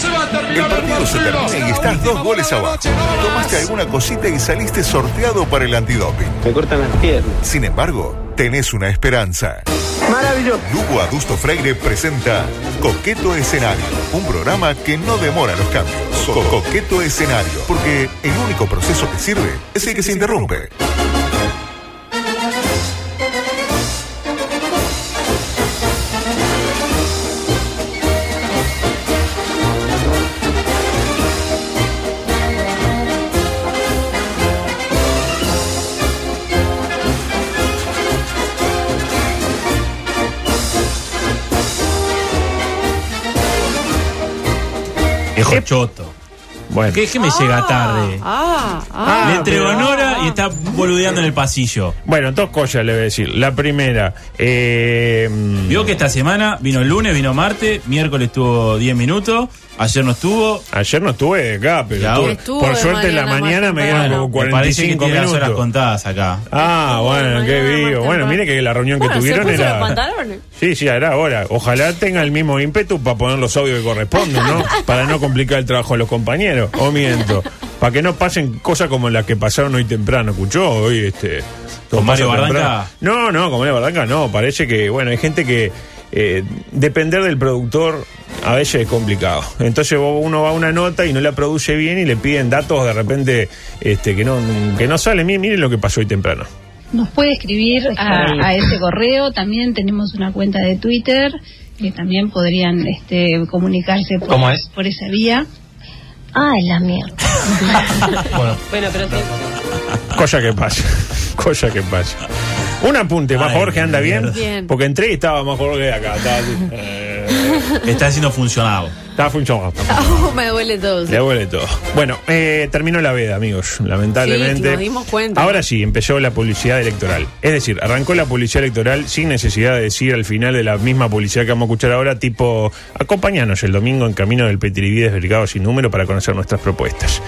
El partido se termina y estás dos goles abajo. Tomaste alguna cosita y saliste sorteado para el antidoping. Me cortan las piernas. Sin embargo, tenés una esperanza. Maravilloso. Lugo Adusto Freire presenta Coqueto Escenario, un programa que no demora los cambios. Co- Coqueto Escenario, porque el único proceso que sirve es el que se interrumpe. Viejo choto. Eh, Bueno, ¿Qué es que me llega tarde? Ah, ah. Le entregonora y está boludeando en el pasillo. bueno, dos cosas le voy a decir. La primera, eh, Vio que esta semana vino el lunes, vino martes, miércoles estuvo 10 minutos, ayer no estuvo. ayer no estuve acá, pero Ya, estuve- estuve por suerte en la mañana más mañana me dieron temprano. como me parece que 45 tiene las horas minutos. contadas acá. Ah, Estuve bueno, qué mañana más vivo. Bueno, temprano. mire que la reunión que Bueno, se tuvieron puso era. los pantalones. Sí, sí, era ahora. Ojalá tenga el mismo ímpetu para poner los audios que corresponden, ¿no? Para no complicar el trabajo de los compañeros. O miento. Para que no pasen cosas como las que pasaron hoy temprano. ¿Escuchó? Hoy este. ¿Con Mario pasa Bardanca? temprano. No, no, con Mario Bardanca no. Parece que, bueno, hay gente que. eh, depender del productor a veces es complicado. Entonces vos- uno va a una nota y no la produce bien y le piden datos de repente este, que no que no sale. Miren, miren lo que pasó hoy temprano. Nos puede escribir a, a ese correo. También tenemos una cuenta de Twitter que también podrían este, comunicarse por, ¿Cómo es? por esa vía. Ay, la mierda. Bueno, Bueno, pero sí. Cosa que pasa. Cosa que pasa. Un apunte, más Ay, Jorge anda bien. Bien. Porque entré y estaba más Jorge de acá. Estaba, así, eh, Está siendo funcionado. estaba funcionando. Oh, me duele todo. Ah, Le duele todo. Bueno, eh, terminó la veda, amigos, lamentablemente. Sí, nos dimos cuenta. Ahora sí, empezó la publicidad electoral. Es decir, arrancó la publicidad electoral sin necesidad de decir al final de la misma publicidad que vamos a escuchar ahora, tipo, acompáñanos el domingo en camino del Petiribí desbrigado sin número para conocer nuestras propuestas.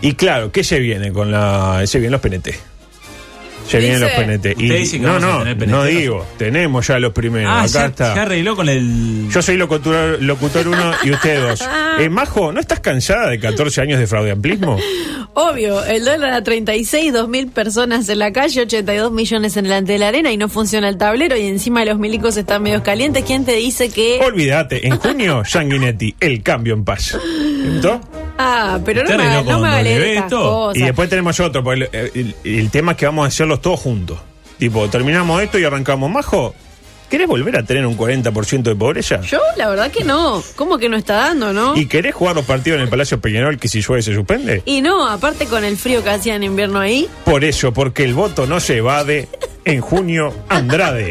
Y claro, ¿qué se viene con la. Se vienen los PNT. Se vienen los Dice- PNT. Y, Usted dice que no, vamos a no, tener PNT. no digo, tenemos ya los primeros. ah, Acá ya, está. ya arregló con el. Yo soy locutor, locutor uno y usted dos. Eh, Majo, ¿no estás cansada de 14 años de fraudeamplismo? Obvio, el dólar a 36, 2.000 personas en la calle, 82 millones en delante de la arena y no funciona el tablero y encima los milicos están medios calientes. ¿Quién te dice que...? Olvídate, en junio, Sanguinetti, el cambio en paz. ¿Entó? Ah, pero no ¿Usted me, arregló no con me hablé de Oliveto? estas cosas. Y después tenemos otro, porque el, el- el tema es que vamos a hacerlos todos juntos. Tipo, terminamos esto y arrancamos. Majo, ¿querés volver a tener un 40% de pobreza? Yo, la verdad que no. ¿Cómo que no está dando, no? ¿Y querés jugar los partidos en el Palacio Peñarol que si llueve se suspende? Y no, aparte con el frío que hacía en invierno ahí. Por eso, porque el voto no se evade en junio Andrade.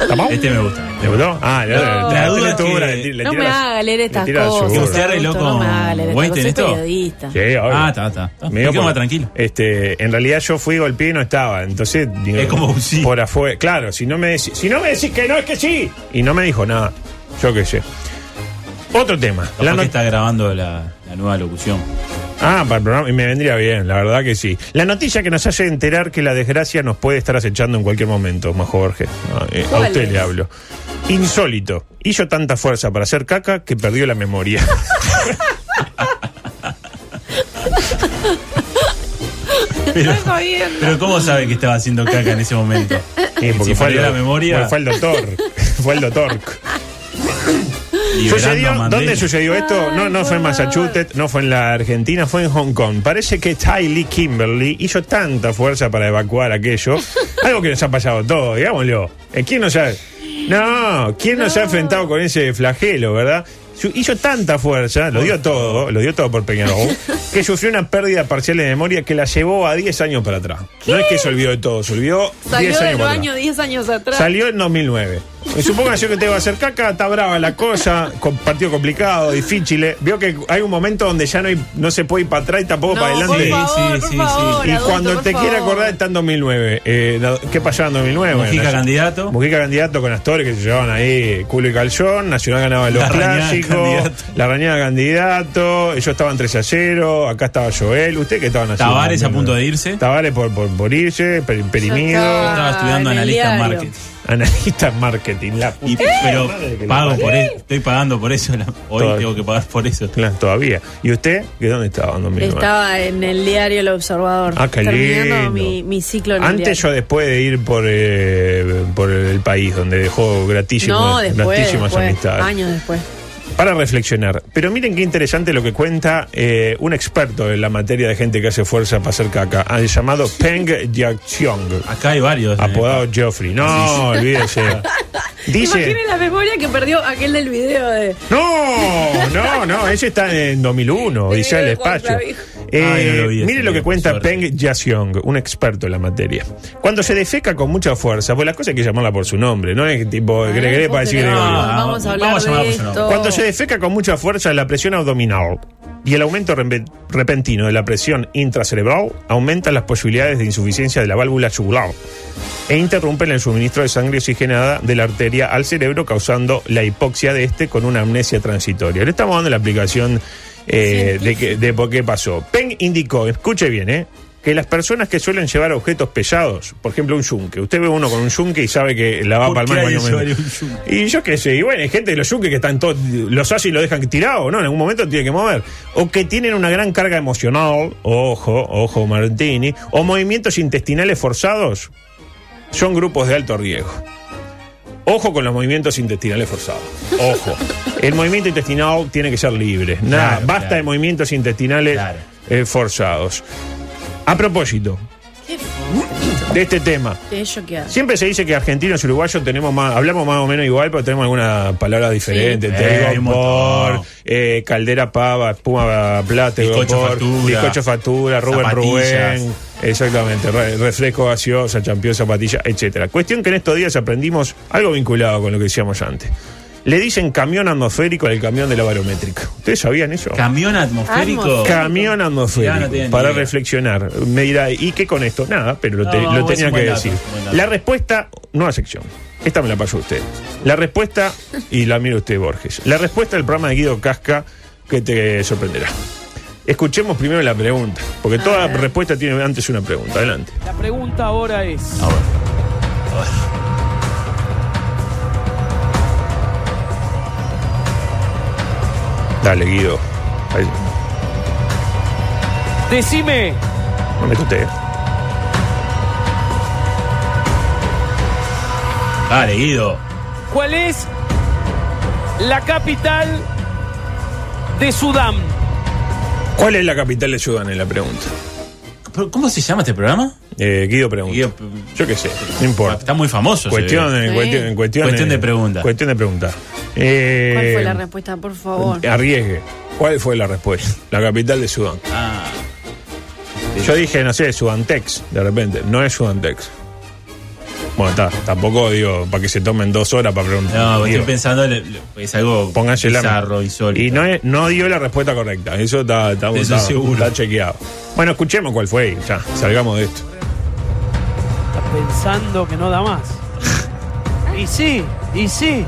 ¿Estamos? Este me gusta. ¿Te gustó? Ah, le- No. le- La le- duda le- es tuvo que- una- le- le no tira me la- haga leer le estas tira la cosas. segura. ¿Usted arregló Augusto, no con me haga leer estas Weinstein cosas, soy esto? periodista. Sí, obvio. Ah, está, está, está. Me dio Me quedo por- más tranquilo. Este, en realidad yo fui golpeé y no estaba, entonces digo, Es como un sí. por afuera, claro, si no me deci- si no me decís que no es que sí y no me dijo nada. Yo qué sé. Otro tema. Capaz La que no- está grabando la, la nueva locución. Ah, para el programa y me vendría bien, la verdad que sí. La noticia que nos hace enterar que la desgracia nos puede estar acechando en cualquier momento, más Jorge. Ah, eh, a ¿Cuál usted es? le hablo. Insólito. Hizo tanta fuerza para hacer caca que perdió la memoria. Pero ¿cómo sabe que estaba haciendo caca en ese momento? Eh, Si fue al- perdió la memoria. Fue, fue el doctor. fue el doctor. liberando Sucedió- a Mandela. ¿Dónde sucedió esto? No, no fue en Massachusetts, no fue en la Argentina, fue en Hong Kong. Parece que Ty Lee Kimberly hizo tanta fuerza para evacuar aquello. Algo que nos ha pasado a todos, digámoslo. Eh, ¿Quién nos ha.? No, ¿quién nos ha enfrentado con ese flagelo, verdad? Su- Hizo tanta fuerza, lo dio todo, lo dio todo por Peñarol, que sufrió una pérdida parcial de memoria que la llevó a 10 años para atrás. No es que se olvidó de todo, se olvidó 10 años Salió del para atrás. baño 10 años atrás. Salió en 2009. Y Suponga yo que te va a hacer caca, está brava la cosa, con partido complicado, difícil. eh. Vio que hay un momento donde ya no, hay- no se puede ir para atrás y tampoco no, para adelante. Por favor, Sí, por sí, sí, favor, sí. y adulto, cuando por te quiera favor. acordar está en 2009. Eh, la- ¿Qué pasaba en 2009? Mujica Nacional- candidato. Mujica candidato con Astor que se llevaban ahí culo y calzón. Nacional ganaba los La rañada clásicos. candidato. La rañada candidato. Yo estaba en 3 a 0. Acá estaba Joel. ¿Usted qué estaban haciendo? Tavares a punto de irse. Tavares por, por, por irse, per- perimido. estaba Estaba estudiando Ah, en el analista en diario. marketing. Analista en marketing, la puta Y- pero ¿Eh? madre que lo pago parió. por eso, estoy pagando por eso, la- hoy Todo. tengo que pagar por eso. Claro, todavía. ¿Y usted? ¿Qué dónde estaba cuando me llamó? Estaba en el diario El Observador. Ah, qué terminando lindo. mi, mi ciclo en el Antes diario. o después de ir por, eh, por el país, donde dejó gratísimos, No, después, gratísimas después, amistades. años después. Para reflexionar. Pero miren qué interesante lo que cuenta eh, un experto en la materia de gente que hace fuerza para hacer caca, al llamado Peng Jiaxiong, Acá hay varios. eh. apodado Geoffrey. No, olvídese. Dice. Imaginen la memoria que perdió aquel del video de... No, no, no, ese está en 2001, Sí, Odisea del el cual Espacio. clavijo. Eh, Ay, no lo vi, mire ese lo que video, cuenta por suerte. Peng Jasyong, un experto en la materia. Cuando se defeca con mucha fuerza, pues la cosa hay que llamarla por su nombre, no es tipo Gregre Ay, para decir vos tenés- Gregorio. No, Vamos a hablar vamos a de llamarlo por su esto. nombre. Cuando se defeca con mucha fuerza, la presión abdominal y el aumento rembe- repentino de la presión intracerebral aumentan las posibilidades de insuficiencia de la válvula yugular e interrumpen el suministro de sangre oxigenada de la arteria al cerebro, causando la hipoxia de este con una amnesia transitoria. Le estamos dando la aplicación eh, de, que- de por qué pasó. Peng indicó, escuche bien, ¿eh? que las personas que suelen llevar objetos pesados, por ejemplo un yunque, usted ve uno con un yunque y sabe que la va a ¿Por qué palmar alguien cuando- llevaría un yunque? y yo qué sé, y bueno, hay gente de los yunques que están todos, los hace y lo dejan tirado, ¿no? En algún momento tiene que mover. O que tienen una gran carga emocional, ojo, ojo Martini, o movimientos intestinales forzados, son grupos de alto riesgo. Ojo con los movimientos intestinales forzados. Ojo. El movimiento intestinal tiene que ser libre. Nada, Claro, basta claro. de movimientos intestinales Claro. eh, forzados. A propósito de este tema, Qué choqueada. Siempre se dice que argentinos y uruguayos tenemos más, hablamos más o menos igual, pero tenemos algunas palabras diferentes. Sí. Te Eh, hay digo un por, montón. eh, caldera pava, espuma plata, Bizcocho por, factura. bizcocho factura, Rubén Zapatillas. Rubén. Exactamente, re- refresco gaseosa, champión, zapatilla, etcétera. Cuestión que en estos días aprendimos algo vinculado con lo que decíamos antes. Le dicen camión atmosférico al camión de la barométrica. ¿Ustedes sabían eso? Camión atmosférico. Atmosférico. Camión atmosférico. Mirá, no tiene ni para idea. reflexionar. Me dirá, ¿y qué con esto? Nada, pero lo, te- No, lo es tenía un que buen dato, decir. es un buen dato. La respuesta, nueva sección. Esta me la pasó usted. La respuesta, y la mira usted, Borges. La respuesta del programa de Guido Casca que te sorprenderá. Escuchemos primero la pregunta, porque toda respuesta tiene antes una pregunta. Adelante. La pregunta ahora es. Dale, Guido. Ahí. Decime, No me tutee. Dale, Guido. ¿cuál es la capital de Sudán? ¿Cuál es la capital de Sudán? Es la pregunta. ¿Pero ¿Cómo se llama este programa? Eh, Guido pregunta. Guido- Yo qué sé, no importa. Está muy famoso. se Cuestión, ve. eh, Sí. cuestión, cuestión, Cuestión eh, de pregunta. Cuestión de pregunta. ¿Cuál Eh, fue la respuesta, por favor? Arriesgue. ¿Cuál fue la respuesta? La capital de Sudán. Ah, Yo dije, no sé, Sudantex, de repente. No es Sudantex. Bueno, está. Tampoco digo, para que se tomen dos horas para preguntar. no, Digo, estoy pensando, le- le- es algo pónganse la- bizarro y Y sólido. no, es- no dio la respuesta correcta. Eso está, está, Eso está- seguro. está chequeado. Bueno, escuchemos cuál fue y ya, salgamos de esto. Está pensando que no da más. Y sí, y sí,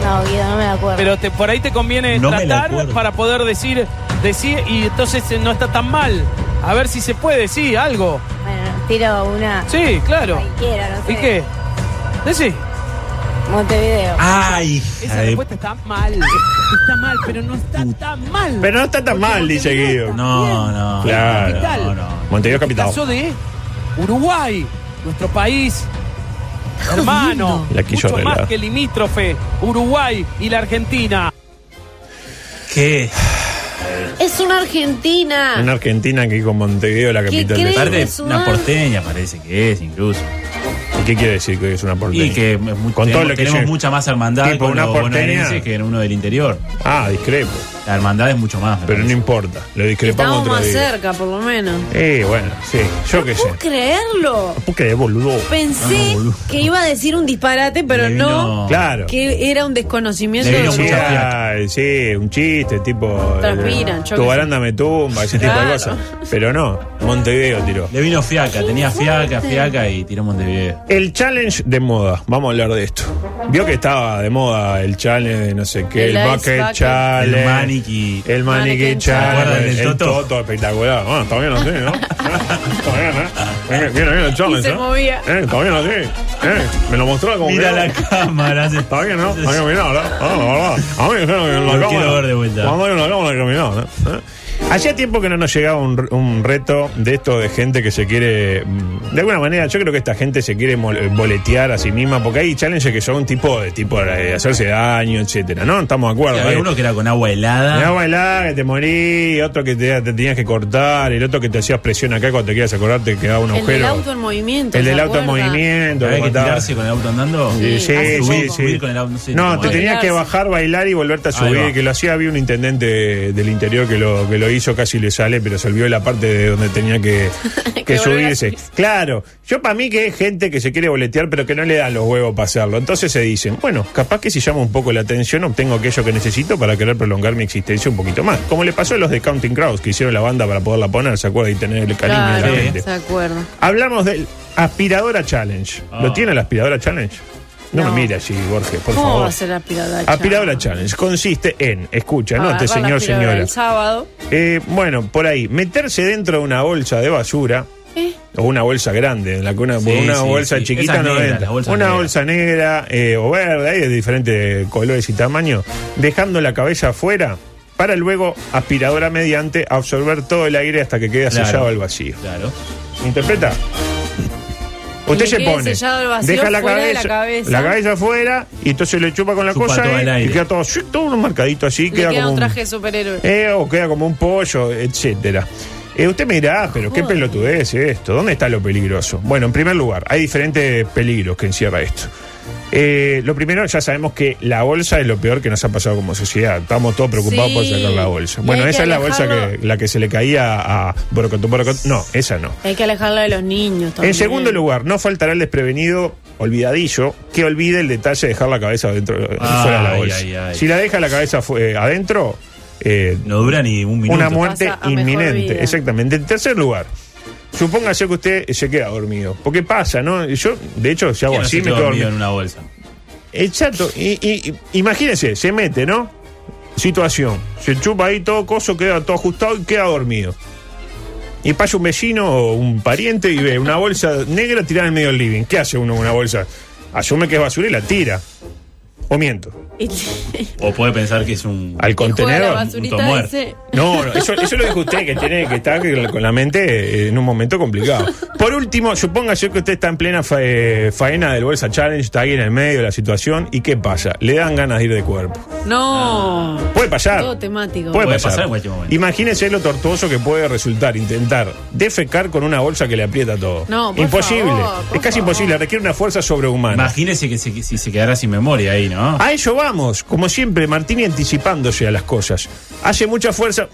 No, Guido, no me la acuerdo. pero te- por ahí te conviene No me la tratar acuerdo. para poder decir, decir, y entonces eh, no está tan mal. A ver si se puede, sí, algo. Bueno, tiro una Sí, claro. cualquiera, no sé. ¿Y qué? Decí. Montevideo. Ah. Ay, Esa ay, respuesta está mal. Está mal, pero no está tan mal. Pero no está tan mal, dice Guido. no, no. Claro. No, no. Montevideo El Capital. caso de Uruguay, nuestro país. Hermano, La quiso mucho arreglar. más que limítrofe, Uruguay y la Argentina. ¿Qué? Es una argentina. En Argentina, aquí con Montevideo, la capital de cree? Sudán. Aparte, Sudán. una porteña parece que es, incluso. ¿Y ¿Qué quiere decir que es una porteña? Y que es muy- Con todo tenemos, lo que tenemos lleva. mucha más hermandad Tipo, con una los porteña. bonaerenses que en uno del interior. Ah, discrepo. La hermandad es mucho más. me Pero no parece. importa. Lo discrepamos Estamos otro más día. cerca, por lo menos. Eh, bueno, sí. Yo qué sé. ¿Puedo creerlo? Porque de boludo. Pensé Ah, boludo. que iba a decir un disparate, pero Le no. vino- Claro. Que era un desconocimiento Le de vino Sí, mucha lo- fiaca. ay, sí, un chiste tipo. Transpiran, eh, yo Tu qué baranda me tumba, ese tipo de Claro. cosas. Pero no, Montevideo tiró. Le vino fiaca, tenía fiaca, fiaca y tiró Montevideo. El challenge de moda, vamos a hablar de esto. Vio que estaba de moda el challenge, no sé qué, el, El ice bucket, bucket. challenge. El maniquí. El maniquí Mannequin ¿Se acuerdan challenge. del El Toto? toto espectacular. Bueno, todavía no sé, ¿no? todavía no. Viene, viene, viene el challenge. Y se ¿no? movía. Eh, todavía no sé. Eh, me lo mostró como. Mira que- la cámara. se- Está bien, ¿no? Está bien caminado, ¿no? Ah, la verdad. A mí me dijeron que en la Lo cámara- quiero ver de vuelta. Cuando hay una cámara caminado, ¿no? ¿Eh? Hacía tiempo que no nos llegaba un, re- un reto de esto de gente que se quiere. mm, De alguna manera, yo creo que esta gente se quiere mol- boletear a sí misma, porque hay challenges que son tipo de tipo de hacerse daño, etcétera. ¿No? Estamos de acuerdo. Había ¿eh? uno que era con agua Ah. Me helada. hago bailar, que te morí, otro que te, te tenías que cortar, el otro que te hacías presión acá cuando te querías acordar, te quedaba un El agujero. del auto en movimiento. El ¿se del auto en acuerda? movimiento. Había que que mataba. tirarse con el auto andando. Sí, Sí, sí, hace sí, poco. sí. Subir con el auto, no sé No, cómo te es. tenías que bajar, bailar y volverte a Ahí subir. va. Que lo hacía, había un intendente del interior que lo, que lo hizo, casi le sale, pero se olvidó de la parte de donde tenía que, que Que volver a subirse. subirse. Claro, yo para mí que es gente que se quiere boletear, pero que no le dan los huevos para hacerlo. Entonces se dicen, bueno, capaz que si llamo un poco la atención, obtengo aquello que necesito para querer prolongar mi existencia un poquito más. Como le pasó a los de Counting Crows, que hicieron la banda para poderla poner, ¿se acuerda? Y tener el cariño de la Claro, gente. se acuerda. Hablamos del aspiradora challenge. ¿Lo Ah. tiene la aspiradora challenge? No, No. me mire así, Borges, por ¿Cómo favor. va a ser la pirada? Aspiradora challenge consiste en, escucha, Agarrar anote la Este señor, aspiradora señora. El sábado. Eh, bueno, por ahí, meterse dentro de una bolsa de basura. ¿Eh? O una bolsa grande, en la que una, Sí, una sí, bolsa sí. chiquita Esas no negras, entra. las bolsas Una negras. bolsa negra eh, o verde, hay de diferentes colores y tamaños, dejando la cabeza afuera para luego aspiradora mediante absorber todo el aire hasta que quede Claro. sellado el vacío. Claro. ¿Interpreta? Usted Y se queda pone, sellado el vacío deja la fuera de la cabeza, cabeza. la cabeza afuera y entonces le chupa con la Chupa cosa todo ahí, el y aire. queda todo, shuik, todo un marcadito así, Le queda, queda, como un traje un, de superhéroe. eh, o queda como un pollo, etcétera. Eh, usted me dirá, pero qué Joder. pelotudez esto, ¿dónde está lo peligroso? Bueno, en primer lugar, hay diferentes peligros que encierra esto. Eh, lo primero, ya sabemos que la bolsa es lo peor que nos ha pasado como sociedad. Estamos todos preocupados Sí. por sacar la bolsa. Y Bueno, hay esa que es la bolsa que, alejarlo. la que se le caía a Borocotón, Borocotón. No, esa no. Hay que alejarla de los niños también. En segundo lugar, no faltará el desprevenido olvidadillo que olvide el detalle de dejar la cabeza dentro, eh, Ay, fuera de la bolsa. ay, ay. Si la deja la cabeza fu- eh, adentro, eh, No dura ni un minuto. una muerte Pasa a mejor inminente. vida. Exactamente. En tercer lugar, supóngase que usted se queda dormido. Porque pasa, ¿no? Yo, de hecho, si hago ¿Quién no así, se me quedó quedo dormido dormido. en una bolsa. Exacto. Y, y- y- imagínese, se mete, ¿no? Situación. Se chupa ahí todo coso, queda todo ajustado y queda dormido. Y pasa un vecino o un pariente y ve una bolsa negra tirada en medio del living. ¿Qué hace uno con una bolsa? Asume que es basura y la tira. O miento. Y- O puede pensar que es un. Al Juega contenedor. la un basurita tomar. dice. No, no, eso, eso lo dijo usted, que tiene que estar con la- con la mente eh, en un momento complicado. Por último, suponga yo que usted está en plena fa- eh, faena del Bolsa Challenge, está ahí en el medio de la situación, ¿y qué pasa? Le dan ganas de ir de cuerpo. No. Puede pasar. Todo temático. Ah. Puede, Puede pasar. pasar en cualquier momento. Imagínese lo tortuoso que puede resultar intentar defecar con una bolsa que le aprieta todo. No, por imposible. favor, por es casi favor. imposible, requiere una fuerza sobrehumana. Imagínese que se, si se quedara sin memoria ahí, ¿no? A ello vamos, como siempre, Martini anticipándose a las cosas. Hace mucha fuerza.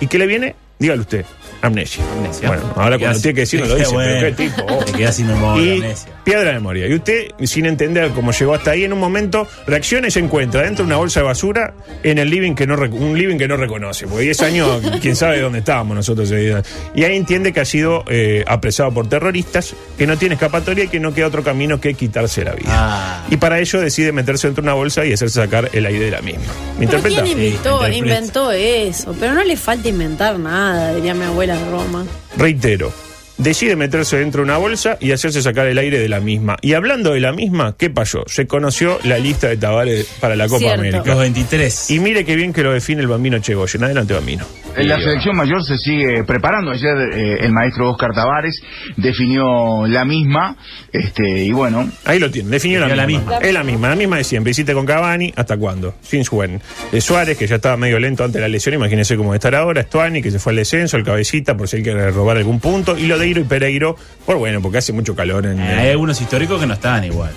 ¿Y qué le viene? Dígale usted, amnesia. Amnesia. Bueno, ahora cuando Quedas- tiene que decir no lo dice, Bueno. pero qué tipo. oh. Te quedas sin memoria, Y amnesia. piedra de memoria. Y usted, sin entender cómo llegó hasta ahí, en un momento reacciona y se encuentra dentro de una bolsa de basura en el living que no rec- un living que no reconoce. Porque 10 años, quién sabe dónde estábamos nosotros ese día. Y ahí entiende que ha sido eh, apresado por terroristas, que no tiene escapatoria y que no queda otro camino que quitarse la vida. Ah. Y para ello decide meterse dentro de una bolsa y hacerse sacar el aire de la misma. ¿Me ¿Pero interpreta? quién inventó, interpreta. inventó eso? Pero no le falta inventar nada, diría mi abuela de Roma. Reitero. Decide meterse dentro de una bolsa y hacerse sacar el aire de la misma. Y hablando de la misma, ¿qué pasó? Se conoció la lista de Tabares para la Copa Cierto. América. Los 23. Y mire qué bien que lo define el bambino Chegoyen. Adelante, bambino. En La selección mayor se sigue preparando. Ayer eh, el maestro Oscar Tavares definió la misma. Este, y bueno, Ahí lo tiene, definió la, Definió la misma. Es la misma, la misma de siempre. Hiciste con Cavani, ¿hasta cuándo? Sin Swen. Eh, Suárez, que ya estaba medio lento antes de la lesión, imagínense cómo va a estar ahora. Stuani, que se fue al descenso, el cabecita, por si él quiere robar algún punto. Y lo de Iro y Pereiro, por bueno, porque hace mucho calor en. Eh, hay algunos históricos que no estaban igual.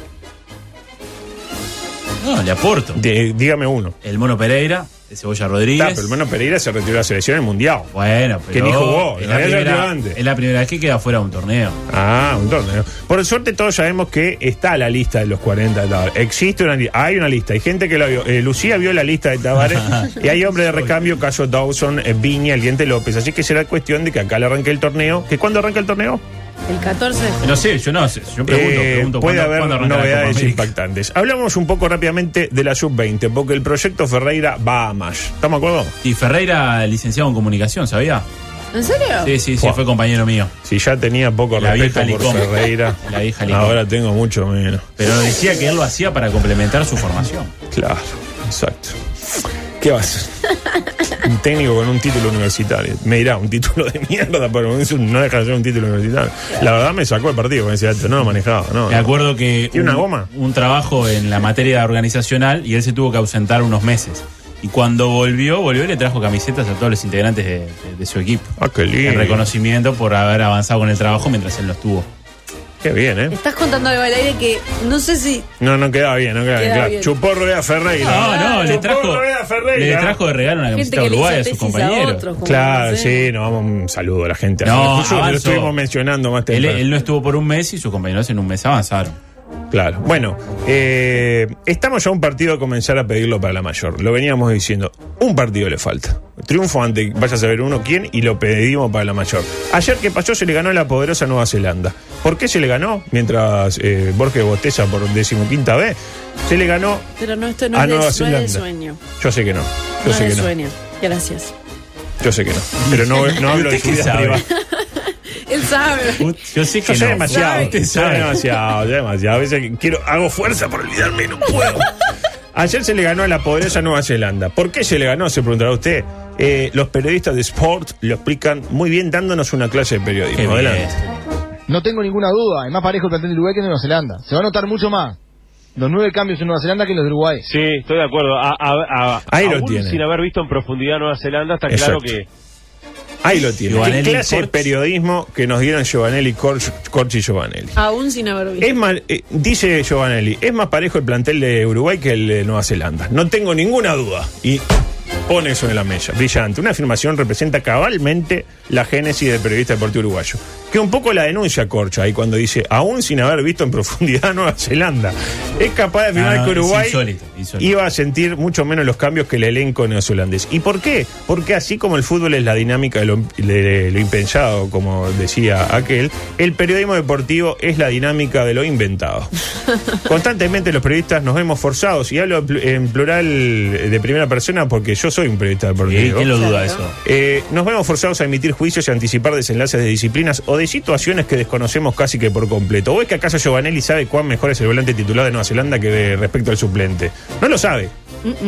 No, le aporto. de- dígame uno. El Mono Pereira, el Cebolla Está, Rodríguez. pero el menos Pereira se retiró de la selección en el mundial. Bueno, pero. Que ni jugó, Es no la, había salido primera, antes. es la primera vez que queda fuera de un torneo. Ah, un torneo. Por suerte todos sabemos que está la lista de los 40 de Tabares. Existe una lista, hay una lista, hay gente que la vio. Eh, Lucía vio la lista de Tabares y hay hombres de recambio, caso Dawson, eh, Viña, el Diente López. Así que será cuestión de que acá le arranque el torneo. ¿Que cuándo arranca el torneo? El 14 de No sé, yo no sé. Yo pregunto, Eh, pregunto puede cuándo- haber cuándo arranca la Copa novedades América. impactantes. Hablamos un poco rápidamente de la sub-20, porque el proyecto Ferreira va a más. ¿Estamos de acuerdo? Y Ferreira, licenciado en comunicación, ¿sabía? ¿En serio? Sí, sí, sí, Buah. fue compañero mío. Si ya tenía poco La respeto vieja por Licón. Ferreira, La vieja Licón. ahora tengo mucho menos. Pero decía que él lo hacía para complementar su formación. Claro, exacto. ¿Qué vas? Un técnico con un título universitario. Me dirá, un título de mierda, pero eso no deja de ser un título universitario. La verdad me sacó el partido con ese acto. No lo manejaba, no. Me acuerdo que ¿Tiene un, una goma? un trabajo en la materia organizacional y él se tuvo que ausentar unos meses. Y cuando volvió, volvió y le trajo camisetas a todos los integrantes de, de- de su equipo. Ah, qué En lindo. reconocimiento por haber avanzado con el trabajo mientras él lo estuvo. Qué bien, ¿eh? Estás contando algo al aire que no sé si. No, no quedaba bien, no quedaba bien. Claro. Quedaba bien. Chupó rueda Ferreira. No, no, le Chupó trajo, rueda Ah, Ferreira. le trajo de regalo una Gente camiseta que le uruguaya a hizo sus tesis a compañeros. otros. como Claro, no sé. sí, no, vamos un saludo a la gente. No, Nosotros lo avanzó. estuvimos mencionando más Él, temprano. él no estuvo por un mes y sus compañeros en un mes avanzaron. Claro. Bueno, eh, estamos ya a un partido de comenzar a pedirlo para la mayor. Lo veníamos diciendo. Un partido le falta. Triunfo ante, vaya a saber uno quién, y lo pedimos para la mayor. Ayer que pasó se le ganó a la poderosa Nueva Zelanda. ¿Por qué se le ganó? Mientras eh, Borges bosteza por decimoquinta vez, se le ganó Pero no, esto no a es de- Nueva no es de, Zelanda. sueño. Yo sé que no. Yo No es sé de que no. sueño. Gracias. Yo sé que no. Pero no, no hablo de ¿Usted su qué vida sabe? privada. Él sabe. Yo sé Yo que sé no. demasiado. Usted sé sabe. demasiado, sé demasiado. A veces quiero, hago fuerza para olvidarme y no puedo. Ayer se le ganó a la poderosa Nueva Zelanda. ¿Por qué se le ganó? Se preguntará usted. Eh, los periodistas de Sport lo explican muy bien dándonos una clase de Qué periodismo. bien. Adelante. No tengo ninguna duda, es más parejo el plantel de Uruguay que el de Nueva Zelanda. Se va a notar mucho más los nueve cambios en Nueva Zelanda que los de Uruguay. Sí, estoy de acuerdo. A- a- a- Ahí lo aún tiene. Sin haber visto en profundidad Nueva Zelanda, está Exacto. claro que. Ahí lo tiene. Giovanelli ¿Qué clase de Corch. periodismo que nos dieron Giovanelli, Corch, Corch y Giovanelli? Aún sin haber visto. Es más, eh, dice Giovanelli, es más parejo el plantel de Uruguay que el de Nueva Zelanda. No tengo ninguna duda. Y pone eso en la mesa. Brillante. Una afirmación representa cabalmente la génesis del periodista deportivo uruguayo. Que un poco la denuncia Corcho ahí cuando dice, aún sin haber visto en profundidad Nueva Zelanda, es capaz de afirmar No, no, que Ah, es Uruguay insólito, insólito. iba a sentir mucho menos los cambios que el elenco neozelandés. ¿Y por qué? Porque así como el fútbol es la dinámica de lo, de lo impensado, como decía aquel, el periodismo deportivo es la dinámica de lo inventado. Constantemente los periodistas nos vemos forzados, y hablo en pl- en plural eh, de primera persona porque yo soy un periodista Sí, deportivo. ¿Quién lo duda eso? Eh, nos vemos forzados a emitir juicios y anticipar desenlaces de disciplinas o de situaciones que desconocemos casi que por completo. ¿O es que acaso Giovanelli sabe cuán mejor es el volante titular de Nueva Zelanda que de- respecto al suplente? No lo sabe.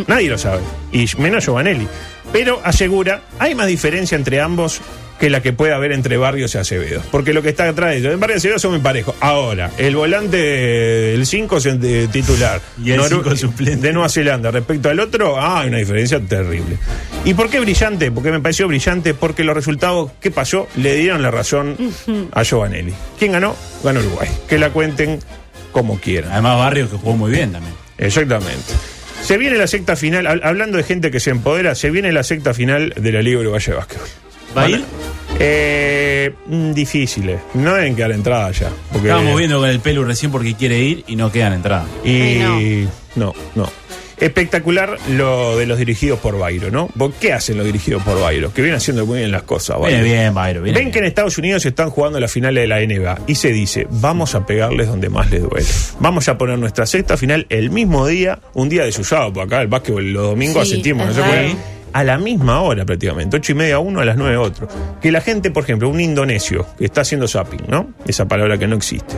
Nadie lo sabe. Y menos Giovanelli. Pero asegura, hay más diferencia entre ambos que la que puede haber entre Barrios y Acevedo. Porque lo que está atrás de ellos, en Barrios y Acevedo son muy parejos. Ahora, el volante del 5 es el de- titular. Y el Noru- cinco suplente. De Nueva Zelanda. Respecto al otro, ah, hay una diferencia terrible. ¿Y por qué brillante? Porque me pareció brillante porque los resultados, ¿qué pasó? Le dieron la razón a Giovanelli. ¿Quién ganó? Ganó Uruguay. Que la cuenten como quieran. Además, Barrios que jugó muy bien también. Exactamente. Se viene la secta final, hab- hablando de gente que se empodera, se viene la secta final de la Liga Uruguaya de Básquetbol. ¿Va a ir? Eh, mm, difícil, eh. No deben quedar entradas ya. Porque, Estábamos viendo con el Pelu recién porque quiere ir y no quedan entradas. Y no. no, Espectacular lo de los dirigidos por Bairo, ¿no? ¿Por qué hacen los dirigidos por Bairo? Que vienen haciendo muy bien las cosas, Viene Bairo. bien, Byron. viene Ven que en bien. Estados Unidos están jugando las finales de la NBA y se dice, vamos a pegarles donde más les duele. Vamos a poner nuestra sexta final el mismo día, un día de desusado, por acá el básquetbol los domingos Sí, hace tiempo, no es se raro. juega. A la misma hora prácticamente, ocho y media a uno, a las nueve a otro. Que la gente, por ejemplo, un indonesio que está haciendo zapping, ¿no? Esa palabra que no existe.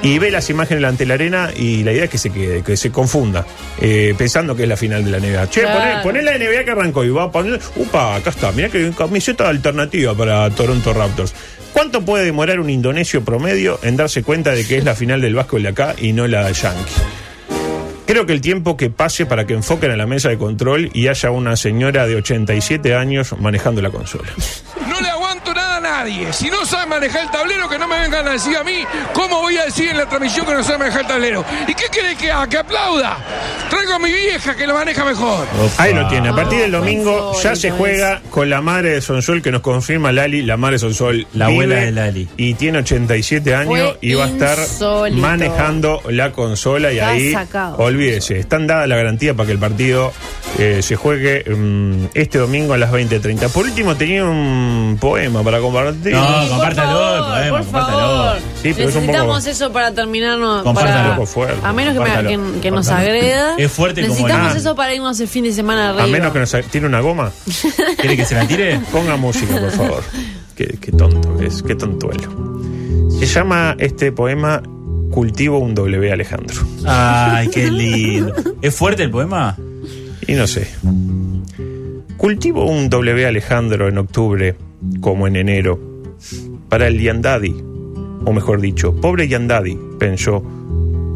Y ve las imágenes delante de la arena y la idea es que se quede, que se confunda, eh, pensando que es la final de la NBA. Che, Claro. poné- poné la NBA que arrancó y va a poner. Upa, acá está. Mirá que camiseta alternativa para Toronto Raptors. ¿Cuánto puede demorar un indonesio promedio en darse cuenta de que es la final del Vasco de acá y no la Yankee? Creo que el tiempo que pase para que enfoquen a la mesa de control y haya una señora de 87 años manejando la consola. No le aguanto nada a nadie. Si no sabe manejar el tablero, que no me vengan a decir a mí cómo voy a decir en la transmisión que no sabe manejar el tablero. ¿Y qué querés que haga? Que aplauda. Traigo a mi vieja que lo maneja mejor. Opa. Ahí lo tiene. A partir del Ah, domingo Sonsol, ya se entonces. juega con la madre de Sonsol que nos confirma Lali. La madre de Sonsol, La vive abuela de Lali. Y tiene 87 años Fue y va a estar insólito. manejando la consola. Y Está ahí, sacado. olvídese, están dadas la garantía para que el partido eh, se juegue mm, este domingo a las 20.30. Por último, tenía un poema para compartir. No, favor, compártalo, el poema, por compártalo. favor. Sí, pero es un Necesitamos poco- eso para terminarnos. Compártalo. para- Un poco fuerte, a menos que, me- compártalo, que- que nos compártalo. agreda. Es fuerte como el Necesitamos mar. eso para irnos el fin de semana arriba. A menos que nos tiene una goma. ¿Quiere que se la tire? Ponga música, por favor. qué, qué tonto que es, qué tontuelo. Se llama este poema Cultivo un W, Alejandro. Ay, qué lindo. ¿Es fuerte el poema? Y no sé. Cultivo un W Alejandro en octubre como en enero. Para el Yandadi, o mejor dicho, pobre Yandadi, pensó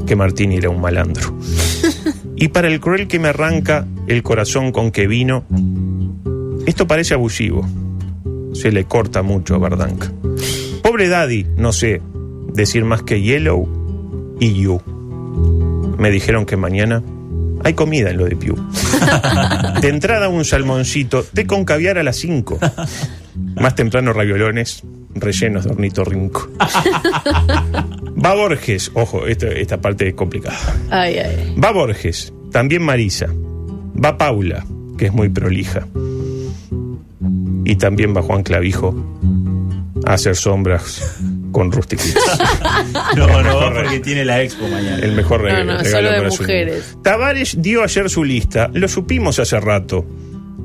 que Martín era un malandro. Y para el cruel que me arranca el corazón con que vino, esto parece abusivo. Se le corta mucho a Bardanca. Pobre Daddy, no sé decir más que Yellow y You. Me dijeron que mañana hay comida en lo de Pew. De entrada un salmoncito, té con caviar a las 5. Más temprano raviolones rellenos de hornito rinco. Va Borges, ojo, esto- esta parte es complicada. Ay, ay. Va Borges, también Marisa. Va Paula, que es muy prolija. Y también va Juan Clavijo a hacer sombras con rustiquitas. No, no, porque tiene la expo El mañana. mejor regalo. no, regalo solo de para su mujeres. niño. Tavares dio ayer su lista. Lo supimos hace rato.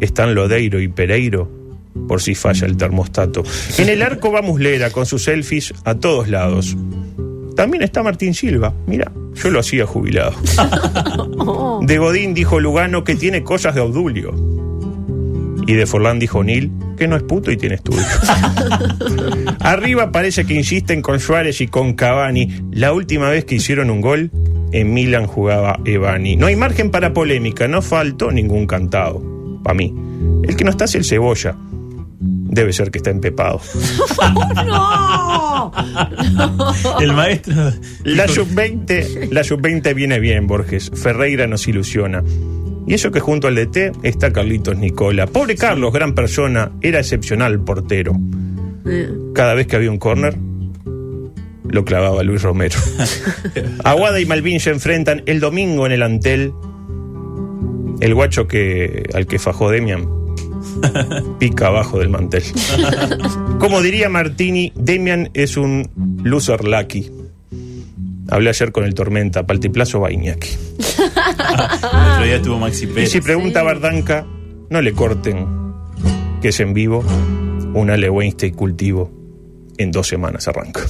Están Lodeiro y Pereiro. Por si falla el termostato. En el arco va Muslera con sus selfies a todos lados. También está Martín Silva. Mira, yo lo hacía jubilado. De Godín dijo Lugano que tiene cosas de Obdulio. Y de Forlán dijo Nil que no es puto y tiene estudio. Arriba parece que insisten con Suárez y con Cavani. La última vez que hicieron un gol, en Milan jugaba Evani. No hay margen para polémica, no faltó ningún cantado. Para mí. El que no está es el cebolla. Debe ser que está empepado. El maestro. La sub-20 la sub-20 viene bien, Borges. Ferreira nos ilusiona. Y eso que junto al DT está Carlitos Nicola. Pobre Carlos, gran persona, era excepcional portero. Cada vez que había un córner, lo clavaba Luis Romero. Aguada y Malvin se enfrentan el domingo en el Antel. El guacho que al que fajó Demian pica abajo del mantel. Como diría Martini, Demian es un loser lucky. Hablé ayer con el Tormenta, Paltiplazo Baiñaki. "Ah, El otro día estuvo Maxi Y Pérez. si pregunta Bardanca, no le corten, que es en vivo, un Ale Weinstein cultivo. En dos semanas arranca.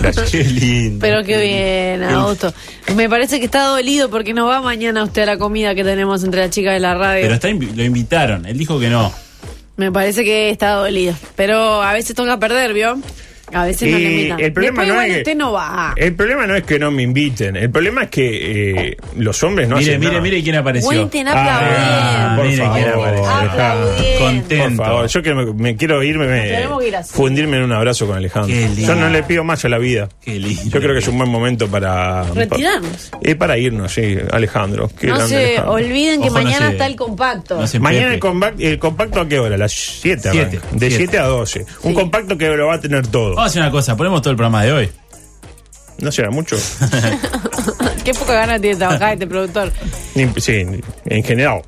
Gracias. Qué lindo. Pero qué bien, Augusto. Me parece que está dolido porque no va mañana usted a la comida que tenemos entre las chicas de la radio. Pero está invi- lo invitaron. Él dijo que no. Me parece que está dolido. Pero a veces toca perder, ¿vio? A veces no le Y invitan. el problema Después, no igual es Eh, que- usted no va. El problema no es que no me inviten, el problema es que eh, los hombres no mire, hacen mire, nada. mire quién apareció. Cuenten, Ah, aplauden. por mire quién favor, apareció. Alejandro. Por Contento. favor, yo que me, me quiero irme, me, tenemos que ir así. fundirme en un abrazo con Alejandro. Qué lindo. Yo no le pido más a la vida. Qué lindo. Yo creo que es un buen momento para... Retirarnos. Eh, para irnos, sí, Alejandro. Qué No grande se Alejandro. olviden que Ojo, no mañana se- está el compacto. No se Mañana el, Pepe. compact- el compacto a qué hora? Las 7. Siete, De siete. 7 a 12. Un compacto que lo va a tener todo. Vamos a hacer una cosa. Ponemos todo el programa de hoy. ¿No será mucho? Qué poca ganas tiene de trabajar este productor. Ni- sí, en general.